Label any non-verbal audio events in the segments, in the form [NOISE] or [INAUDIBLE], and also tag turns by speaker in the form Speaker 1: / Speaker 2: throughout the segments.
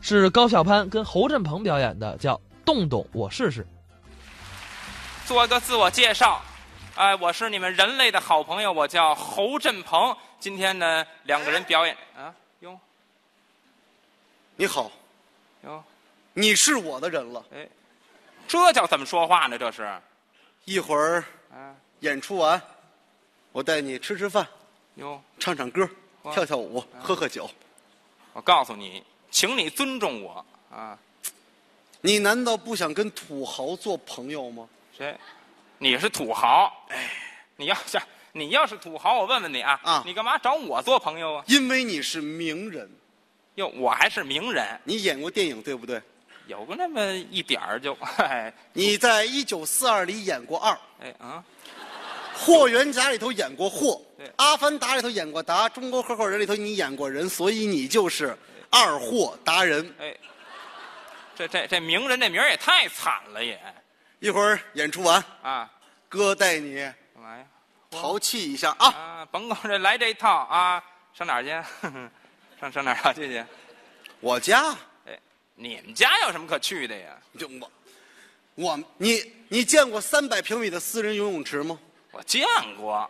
Speaker 1: 是高晓攀跟侯振鹏表演的，叫《动动我试试》。
Speaker 2: 做一个自我介绍，哎，我是你们人类的好朋友，我叫侯振鹏。今天呢，两个人表演啊，哟
Speaker 3: 你好，
Speaker 2: 哟，
Speaker 3: 你是我的人了。
Speaker 2: 哎，这叫怎么说话呢？这是，
Speaker 3: 一会儿
Speaker 2: 啊，
Speaker 3: 演出完，我带你吃吃饭，
Speaker 2: 哟，
Speaker 3: 唱唱歌，
Speaker 2: 哇啊
Speaker 3: 跳跳舞，喝喝酒。
Speaker 2: 我告诉你，请你尊重我啊。
Speaker 3: 你难道不想跟土豪做朋友吗？
Speaker 2: 谁？你是土豪？哎，你要是你要是土豪，我问问你啊，
Speaker 3: 啊
Speaker 2: 你干嘛找我做朋友啊？
Speaker 3: 因为你是名人，
Speaker 2: 哟，我还是名人，
Speaker 3: 你演过电影对不对？
Speaker 2: 有个那么一点儿就， [LAUGHS] 哎
Speaker 3: 你在《一九四二》里演过二，《
Speaker 2: 哎啊，
Speaker 3: 霍元甲》里头演过霍，
Speaker 2: 对
Speaker 3: 《阿凡达》里头演过达，《中国合伙人》里头你演过人，所以你就是二货达人。
Speaker 2: 哎，这这这名人这名儿也太惨了也
Speaker 3: 一会儿演出完，
Speaker 2: 啊！
Speaker 3: 哥带你
Speaker 2: 干嘛呀？
Speaker 3: 淘气一下啊！
Speaker 2: 啊，甭管这来这一套啊，上哪儿去？ [LAUGHS] 上上哪儿啊？去去？
Speaker 3: 我家
Speaker 2: 哎，你们家有什么可去的呀？
Speaker 3: 就我，我你你见过三百平米的私人游泳池吗？
Speaker 2: 我见过，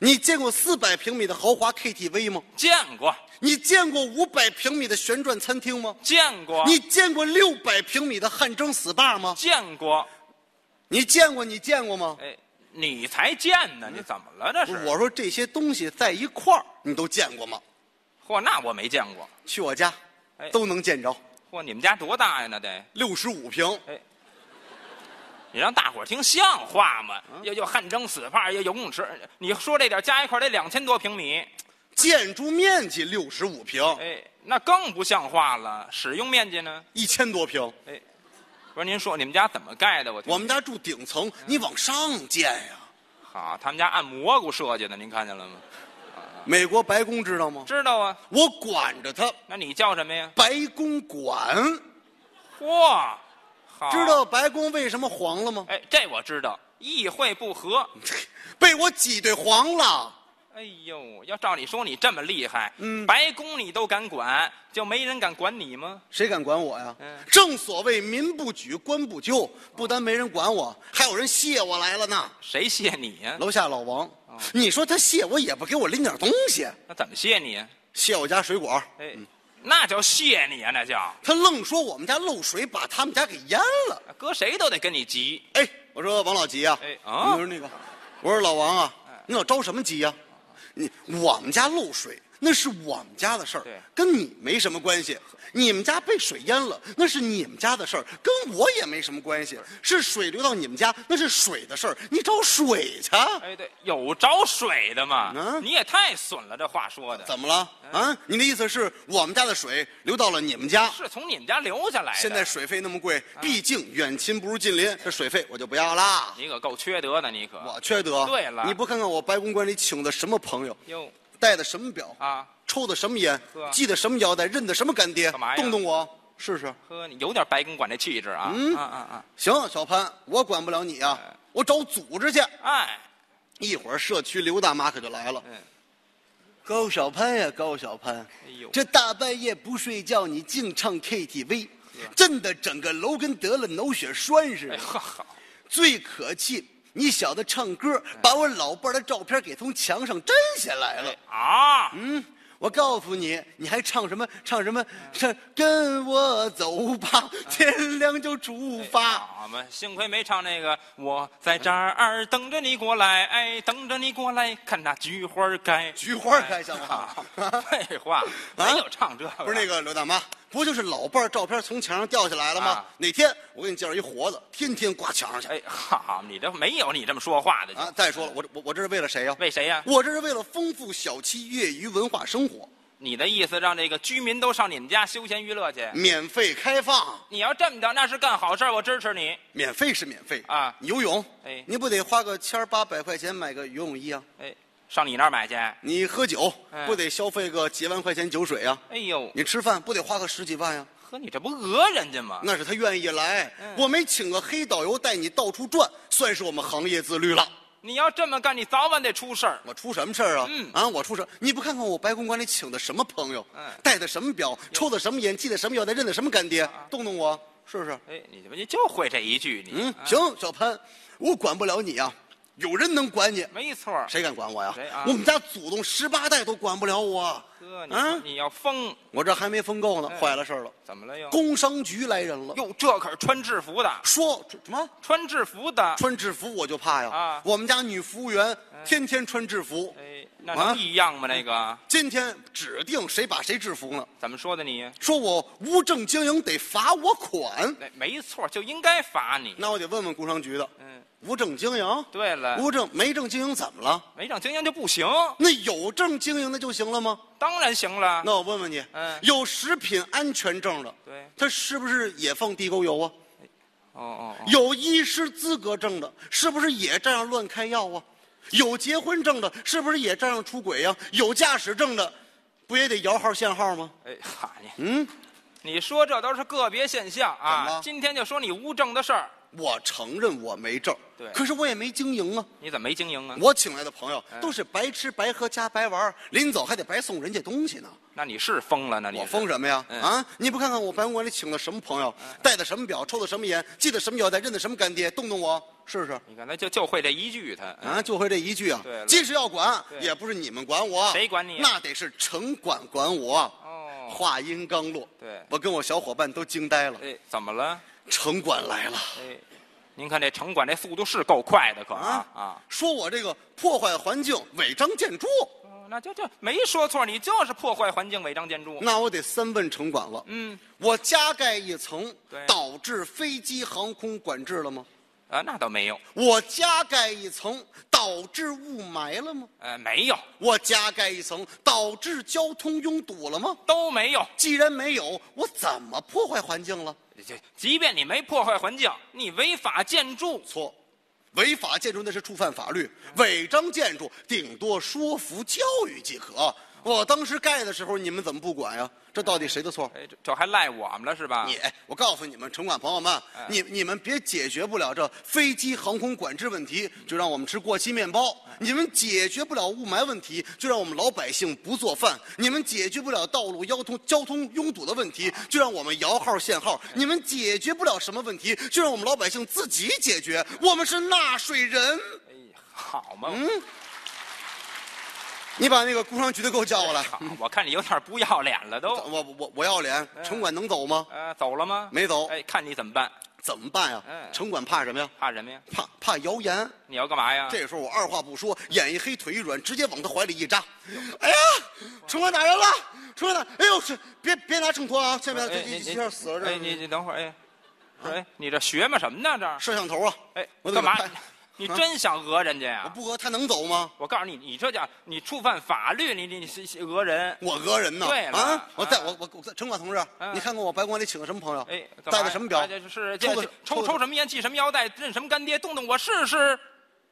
Speaker 3: 你见过四百平米的豪华 KTV 吗？
Speaker 2: 见过，
Speaker 3: 你见过五百平米的旋转餐厅吗？
Speaker 2: 见过，
Speaker 3: 你见过六百平米的汗蒸 SPA 吗？
Speaker 2: 见过。
Speaker 3: 你见过？你见过吗？
Speaker 2: 哎，你才见呢！你怎么了？这
Speaker 3: 不是
Speaker 2: 是
Speaker 3: 我说这些东西在一块儿，你都见过吗？
Speaker 2: 嚯，那我没见过。
Speaker 3: 去我家
Speaker 2: 哎，
Speaker 3: 都能见着，
Speaker 2: 嚯，你们家多大呀？那得，
Speaker 3: 六十五平。
Speaker 2: 你让大伙儿听像话吗？
Speaker 3: 嗯
Speaker 2: 又又汗蒸死帕，又游泳池，你说这点加一块儿得两千多平米，
Speaker 3: 建筑面积六十五平，
Speaker 2: 哎，那更不像话了。使用面积呢？
Speaker 3: 一千多平。
Speaker 2: 不是您说你们家怎么盖的？我听
Speaker 3: 我们家住顶层，
Speaker 2: 哎
Speaker 3: 你往上建呀。
Speaker 2: 好，啊他们家按蘑菇设计的，您看见了吗？啊
Speaker 3: 美国白宫知道吗？
Speaker 2: 知道啊。
Speaker 3: 我管着它，
Speaker 2: 那你叫什么呀？
Speaker 3: 白宫管。
Speaker 2: 嚯，好
Speaker 3: 知？道白宫为什么黄了吗？ [LAUGHS]
Speaker 2: 哎，这我知道，议会不和。
Speaker 3: 被我挤兑黄了。
Speaker 2: 哎呦，要照你说你这么厉害，
Speaker 3: 嗯
Speaker 2: 白宫你都敢管，就没人敢管你吗？
Speaker 3: 谁敢管我呀？
Speaker 2: 嗯
Speaker 3: 正所谓民不举，官不究，不但没人管我，还有人谢我来了呢。
Speaker 2: 谁谢你呀、
Speaker 3: 楼下老王，你说他谢我也不给我拎点东西，
Speaker 2: 那怎么谢你呀、
Speaker 3: 谢我家水果，
Speaker 2: 哎，那叫谢你呀、那叫
Speaker 3: 他愣说我们家漏水把他们家给淹了。
Speaker 2: 搁谁都得跟你急。
Speaker 3: 哎，我说王老吉啊，
Speaker 2: 哎啊哎
Speaker 3: 我说那个，我说老王啊，你老着什么急呀、啊你我们家漏水那是我们家的事儿
Speaker 2: 对，
Speaker 3: 跟你没什么关系。你们家被水淹了那是你们家的事儿，跟我也没什么关系。是水流到你们家那是水的事儿，你找水去。啊
Speaker 2: 哎，对，有找水的吗？
Speaker 3: 嗯
Speaker 2: 你也太损了，这话说的，
Speaker 3: 怎么了？
Speaker 2: 哎
Speaker 3: 啊，你的意思是我们家的水流到了你们家？
Speaker 2: 是从你们家留下来的。啊
Speaker 3: 现在水费那么贵，毕竟远亲不如近邻，这水费我就不要啦。
Speaker 2: 你可够缺德的，你可
Speaker 3: 我缺德。
Speaker 2: 啊对了
Speaker 3: 你不看看我白公馆里请的什么朋友，
Speaker 2: 哟
Speaker 3: 戴的什么表，
Speaker 2: 啊，
Speaker 3: 抽的什么烟
Speaker 2: 呵，
Speaker 3: 系的什么腰带，认的什么干爹
Speaker 2: 干嘛，呀
Speaker 3: 动动我试试。
Speaker 2: 呵，你有点白公馆这气质啊。嗯啊啊
Speaker 3: 行，小潘，我管不了你啊，
Speaker 2: 哎
Speaker 3: 我找组织去。
Speaker 2: 啊！哎，
Speaker 3: 一会儿社区刘大妈可就来了。
Speaker 2: 嗯，
Speaker 3: 高小潘呀，高小潘，
Speaker 2: 哎呦
Speaker 3: 这大半夜不睡觉，你净唱 KTV，震得整个楼跟得了脑血栓似的。
Speaker 2: 哎呵好，
Speaker 3: 最可气，你小子唱歌
Speaker 2: 哎
Speaker 3: 把我老伴儿的照片给从墙上摘下来了。
Speaker 2: 啊，
Speaker 3: 哎嗯，我告诉你，你还唱什么唱
Speaker 2: 哎
Speaker 3: 什么唱？跟我走吧，天亮就出发。
Speaker 2: 哎好嘛，幸亏没唱那个，我在这儿等着你过来，哎，等着你过来，看那菊花开。哎
Speaker 3: 菊花开像话 [LAUGHS] 吗
Speaker 2: 废话，没有唱这个。
Speaker 3: 不是那个刘大妈，不就是老伴儿照片从墙上掉下来了吗？
Speaker 2: 啊那
Speaker 3: 哪天我给你介绍一活的，天天挂墙上去。
Speaker 2: 哎，好，你这没有你这么说话的。
Speaker 3: 啊，再说了，我这我我这是为了谁呀、
Speaker 2: 哎为谁呀、
Speaker 3: 我这是为了丰富小区业余文化生活，
Speaker 2: 你的意思让这个居民都上你们家休闲娱乐去？
Speaker 3: 免费开放。
Speaker 2: 你要这么着，那是干好事儿，我支持你。
Speaker 3: 免费是免费
Speaker 2: 啊
Speaker 3: 你游泳，
Speaker 2: 哎
Speaker 3: 你不得花个千儿八百块钱买个游泳衣啊？
Speaker 2: 哎，上你那儿买去？哎
Speaker 3: 你喝酒、
Speaker 2: 哎
Speaker 3: 不得消费个几万块钱酒水啊？
Speaker 2: 呦，
Speaker 3: 你吃饭不得花个十几万呀、
Speaker 2: 呵，你这不讹人家吗？
Speaker 3: 那是他愿意来，
Speaker 2: 哎嗯
Speaker 3: 我没请个黑导游带你到处转，算是我们行业自律了。
Speaker 2: 你要这么干，你早晚得出事儿。
Speaker 3: 我出什么事儿啊？
Speaker 2: 嗯
Speaker 3: 啊，我出事儿你不看看我白公馆里请的什么朋友，
Speaker 2: 嗯
Speaker 3: 戴的什么表，抽的什么烟，系的什么腰带，认的什么干爹，
Speaker 2: 啊
Speaker 3: 动动我，是不是？
Speaker 2: 哎，你怎么你就会这一句你？
Speaker 3: 嗯，
Speaker 2: 啊，
Speaker 3: 行，小潘，我管不了你啊，有人能管你，
Speaker 2: 没错儿。
Speaker 3: 谁敢管我呀
Speaker 2: 谁？啊
Speaker 3: 我们家祖宗十八代都管不了我啊。
Speaker 2: 哥，你、
Speaker 3: 嗯
Speaker 2: 你要疯，
Speaker 3: 我这还没封够呢，
Speaker 2: 哎
Speaker 3: 坏了事儿了，
Speaker 2: 怎么了又？
Speaker 3: 工商局来人了，
Speaker 2: 哟，这可是穿制服的，
Speaker 3: 说这什么？
Speaker 2: 穿制服的。
Speaker 3: 穿制服我就怕呀！
Speaker 2: 啊
Speaker 3: 我们家女服务员天天穿制服，
Speaker 2: 哎，那
Speaker 3: 啊
Speaker 2: 能一样吗？那个
Speaker 3: 今天指定谁把谁制服了。
Speaker 2: 怎么说的你？哎
Speaker 3: 说我无证经营得罚我款，
Speaker 2: 那没错儿，就应该罚你。
Speaker 3: 那我得问问工商局的，
Speaker 2: 嗯，
Speaker 3: 无证经营，
Speaker 2: 对了，
Speaker 3: 无证没证经营怎么了？
Speaker 2: 没长经验就不行，
Speaker 3: 那有证经营的就行了吗？
Speaker 2: 当然行了。
Speaker 3: 那我问问你，
Speaker 2: 啊嗯
Speaker 3: 有食品安全证的，
Speaker 2: 对，
Speaker 3: 他是不是也放地沟油啊？
Speaker 2: 哦哦哦，
Speaker 3: 有医师资格证的，是不是也这样乱开药啊？有结婚证的，是不是也这样出轨呀、有驾驶证的，不也得摇号限号吗？
Speaker 2: 哎，哈你，
Speaker 3: 嗯，
Speaker 2: 你说这都是个别现象
Speaker 3: 怎么了
Speaker 2: 啊。今天就说你无证的事儿，
Speaker 3: 我承认我没证，
Speaker 2: 对
Speaker 3: 可是我也没经营啊。
Speaker 2: 你怎么没经营啊？
Speaker 3: 我请来的朋友
Speaker 2: 哎
Speaker 3: 都是白吃白喝加白玩儿，临走还得白送人家东西呢。
Speaker 2: 那你是疯了呢？你
Speaker 3: 我
Speaker 2: 是
Speaker 3: 疯什么呀？
Speaker 2: 嗯
Speaker 3: 啊，你不看看我白公馆里请了什么朋友，戴的什么表，抽的什么烟，系的什么腰带，认的什么干爹，动动我是不是？
Speaker 2: 你看他就就会这一句，他
Speaker 3: 啊，
Speaker 2: 嗯
Speaker 3: 就会这一句啊
Speaker 2: 对了。
Speaker 3: 即使要管，
Speaker 2: 对
Speaker 3: 也不是你们管我，
Speaker 2: 谁管你啊
Speaker 3: 那得是城管管我。
Speaker 2: 哦，
Speaker 3: 话音刚落，
Speaker 2: 对
Speaker 3: 我跟我小伙伴都惊呆了，
Speaker 2: 哎，怎么了？
Speaker 3: 城管来了
Speaker 2: 哎，您看这城管这速度是够快的，可啊啊，
Speaker 3: 说我这个破坏环境、违章建筑，
Speaker 2: 哦那就这没说错，你就是破坏环境、违章建筑。
Speaker 3: 那我得三问城管了。
Speaker 2: 嗯
Speaker 3: 我加盖一层
Speaker 2: 对，
Speaker 3: 导致飞机航空管制了吗？
Speaker 2: 啊，那倒没有，
Speaker 3: 我加盖一层，导致雾霾了吗？
Speaker 2: 呃，没有，
Speaker 3: 我加盖一层，导致交通拥堵了吗？
Speaker 2: 都没有。
Speaker 3: 既然没有，我怎么破坏环境了？
Speaker 2: 这即便你没破坏环境，你违法建筑，
Speaker 3: 错，违法建筑那是触犯法律，违章建筑顶多说服教育即可。我当时盖的时候，你们怎么不管呀？这到底谁的错？
Speaker 2: 哎，这这还赖我们了是吧？
Speaker 3: 你，哎我告诉你们，城管朋友们，
Speaker 2: 哎
Speaker 3: 你你们别解决不了这飞机航空管制问题，就让我们吃过期面包；
Speaker 2: 哎
Speaker 3: 你们解决不了雾霾问题，就让我们老百姓不做饭；你们解决不了道路交通交通拥堵的问题，
Speaker 2: 啊
Speaker 3: 就让我们摇号限号；
Speaker 2: 哎
Speaker 3: 你们解决不了什么问题，就让我们老百姓自己解决。我们是纳税人，
Speaker 2: 哎，好嘛，
Speaker 3: 嗯你把那个工商局的给我叫过来。
Speaker 2: 哎好，我看你有点不要脸了都。
Speaker 3: 我我我要脸，城管能走吗？
Speaker 2: 呃，走了吗？
Speaker 3: 没走
Speaker 2: 哎，看你怎么办？
Speaker 3: 怎么办呀
Speaker 2: 嗯？
Speaker 3: 城管怕什么呀？
Speaker 2: 怕什么呀？
Speaker 3: 怕怕谣言。
Speaker 2: 你要干嘛呀？
Speaker 3: 这时候我二话不说，眼一黑，腿一软，直接往他怀里一扎。哎呀，城管打人了！城管打，哎呦，是别别拿秤砣啊！下面
Speaker 2: 哎
Speaker 3: 这
Speaker 2: 你
Speaker 3: 一一下死了
Speaker 2: 哎，
Speaker 3: 这啊
Speaker 2: 你你等会儿，哎，不是哎，你这学嘛什么呢？这，
Speaker 3: 摄像头啊！
Speaker 2: 哎，
Speaker 3: 我得
Speaker 2: 干嘛
Speaker 3: 给他拍？
Speaker 2: 你
Speaker 3: 啊
Speaker 2: 真想讹人家
Speaker 3: 我
Speaker 2: 呀？
Speaker 3: 不讹他能走吗？
Speaker 2: 我告诉你，你这叫你触犯法律，你你你你讹人。
Speaker 3: 我讹人呢！
Speaker 2: 对了
Speaker 3: 啊，我在
Speaker 2: 啊
Speaker 3: 我我我在城管同志，
Speaker 2: 嗯
Speaker 3: 你看看我白馆里请的什么朋友
Speaker 2: 哎，干嘛呀
Speaker 3: 戴的什么表
Speaker 2: 哎？这是这
Speaker 3: 抽的
Speaker 2: 这抽
Speaker 3: 抽的
Speaker 2: 抽什么烟，系什么腰带，认什么干爹，动动我试试，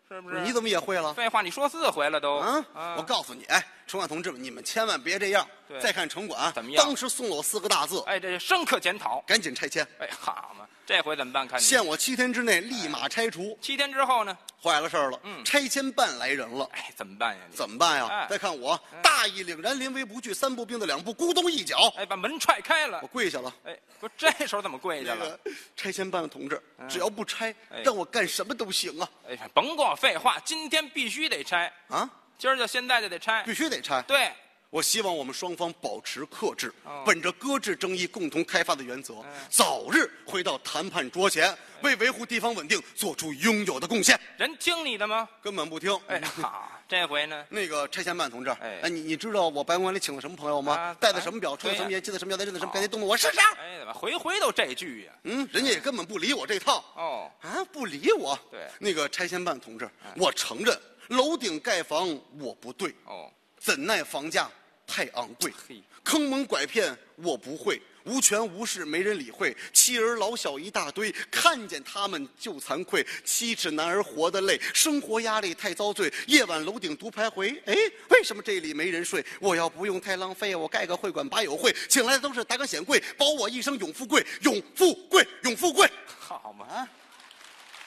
Speaker 2: 是不是？
Speaker 3: 你怎么也会了？
Speaker 2: 废话，你说四回了都。
Speaker 3: 啊！我告诉你，哎，城管同志们，你们千万别这样。
Speaker 2: 对
Speaker 3: 再看城管啊
Speaker 2: 怎么样
Speaker 3: 当时送了我四个大字，
Speaker 2: 哎，这是深刻检讨。
Speaker 3: 赶紧拆迁，
Speaker 2: 哎，好嘛，这回怎么办？看你
Speaker 3: 限我七天之内立马拆除。
Speaker 2: 七天之后呢？
Speaker 3: 坏了事儿了，
Speaker 2: 嗯
Speaker 3: 拆迁办来人了。
Speaker 2: 哎，怎么办呀？你
Speaker 3: 怎么办呀
Speaker 2: 哎？
Speaker 3: 再看我大义凛然，临危不惧，三步并作两步，咕咚一脚，
Speaker 2: 哎，把门踹开了
Speaker 3: 我。跪下了。
Speaker 2: 哎，不是，这时候怎么跪下
Speaker 3: 那
Speaker 2: 了
Speaker 3: 个？拆迁办的同志，只要不拆
Speaker 2: 哎，
Speaker 3: 让我干什么都行啊！
Speaker 2: 哎，甭跟我废话，今天必须得拆，
Speaker 3: 啊，
Speaker 2: 今儿就现在就得拆
Speaker 3: 必。须得拆。
Speaker 2: 对，
Speaker 3: 我希望我们双方保持克制
Speaker 2: 哦，嗯
Speaker 3: 本着搁置争议、共同开发的原则，早日回到谈判桌前，为维护地方稳定做出应有的贡献。
Speaker 2: 人听你的吗？
Speaker 3: 根本不听。
Speaker 2: 哎，好，这回呢？
Speaker 3: 那个拆迁办同志，
Speaker 2: 哎
Speaker 3: 哎，你你知道我白宫里请了什么朋友吗
Speaker 2: 啊？
Speaker 3: 戴的什么表，
Speaker 2: 啊
Speaker 3: 穿的什么
Speaker 2: 对呀哦
Speaker 3: 鞋，系的什么腰带，认的什么
Speaker 2: 好
Speaker 3: 干爹，动动我试试。
Speaker 2: 哎，怎么回回都这句呀？
Speaker 3: 嗯，人家也根本不理我这套。
Speaker 2: 哦，
Speaker 3: 啊，不理我。
Speaker 2: 对哎
Speaker 3: 那个拆迁办同志，我承认楼顶盖房我不对，
Speaker 2: 哦，
Speaker 3: 怎奈房价太昂贵
Speaker 2: 嘿，
Speaker 3: 坑蒙拐骗我不会，无权无势没人理会，妻儿老小一大堆，看见他们就惭愧，七尺男儿活得累，生活压力太遭罪，夜晚楼顶独徘徊，哎，为什么这里没人睡？我要不用太浪费，我盖个会馆吧友会，请来的都是达官显贵，保我一生永富贵，永富贵，永富贵。
Speaker 2: 好嘛，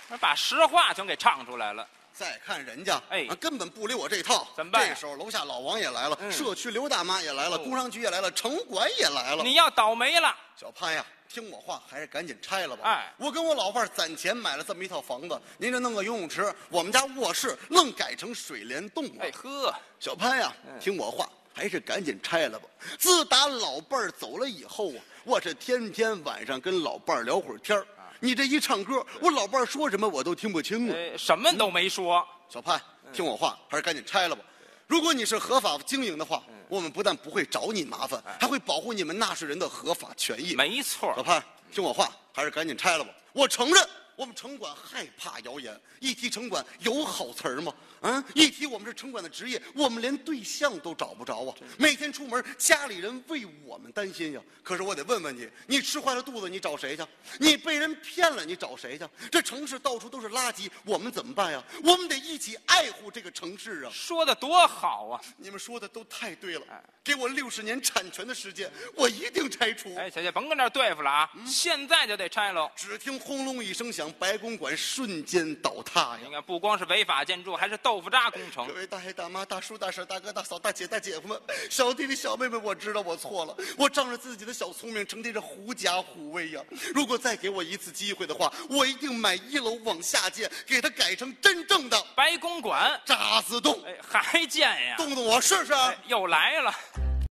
Speaker 3: 啊，
Speaker 2: 把实话全给唱出来了。
Speaker 3: 再看人家，
Speaker 2: 哎
Speaker 3: 啊根本不理我这套，
Speaker 2: 怎么办呀
Speaker 3: 这时候楼下老王也来了，
Speaker 2: 嗯哦
Speaker 3: 社区刘大妈也来了，工商局也来了，城管也来了。
Speaker 2: 你要倒霉了，
Speaker 3: 小潘呀，听我话，还是赶紧拆了吧。
Speaker 2: 哎
Speaker 3: 我跟我老伴儿攒钱买了这么一套房子，您这弄个游泳池，我们家卧室愣改成水帘洞了。
Speaker 2: 哎嗯呵，
Speaker 3: 小潘呀，听我话，还是赶紧拆了吧。自打老伴儿走了以后啊，我是天天晚上跟老伴儿聊会儿天儿。
Speaker 2: 啊
Speaker 3: 你这一唱歌，我老伴儿说什么我都听不清了。啊
Speaker 2: 呃，什么都没说，
Speaker 3: 小潘，听我话，还是赶紧拆了吧。如果你是合法经营的话，我们不但不会找你麻烦，还会保护你们纳税人的合法权益。
Speaker 2: 没错
Speaker 3: 老，潘，听我话，还是赶紧拆了吧。我承认，我们城管害怕谣言。一提城管，有好词儿吗？啊，一提我们是城管的职业，我们连对象都找不着啊！每天出门，家里人为我们担心呀。可是我得问问你，你吃坏了肚子，你找谁去？你被人骗了，你找谁去？这城市到处都是垃圾，我们怎么办呀？我们得一起爱护这个城市啊！
Speaker 2: 说的多好啊！
Speaker 3: 你们说的都太对了，给我六十年产权的时间，我一定拆除。
Speaker 2: 哎，小姐，甭跟这儿对付了啊，现在就得拆喽。
Speaker 3: 只听轰隆一声响，白公馆瞬间倒塌呀
Speaker 2: 你！看，不光是违法建筑，还是豆腐渣工程
Speaker 3: 各。位大爷、大妈、大叔、大婶、大哥、大嫂、大姐、大姐夫们，小弟弟、小妹妹，我知道我错了，我仗着自己的小聪明，成天是狐假虎威呀！如果再给我一次机会的话，我一定买一楼往下建，给它改成真正的
Speaker 2: 白公馆，
Speaker 3: 渣滓洞，
Speaker 2: 哎，还建呀？
Speaker 3: 动动我试试啊。
Speaker 2: 哎又来了，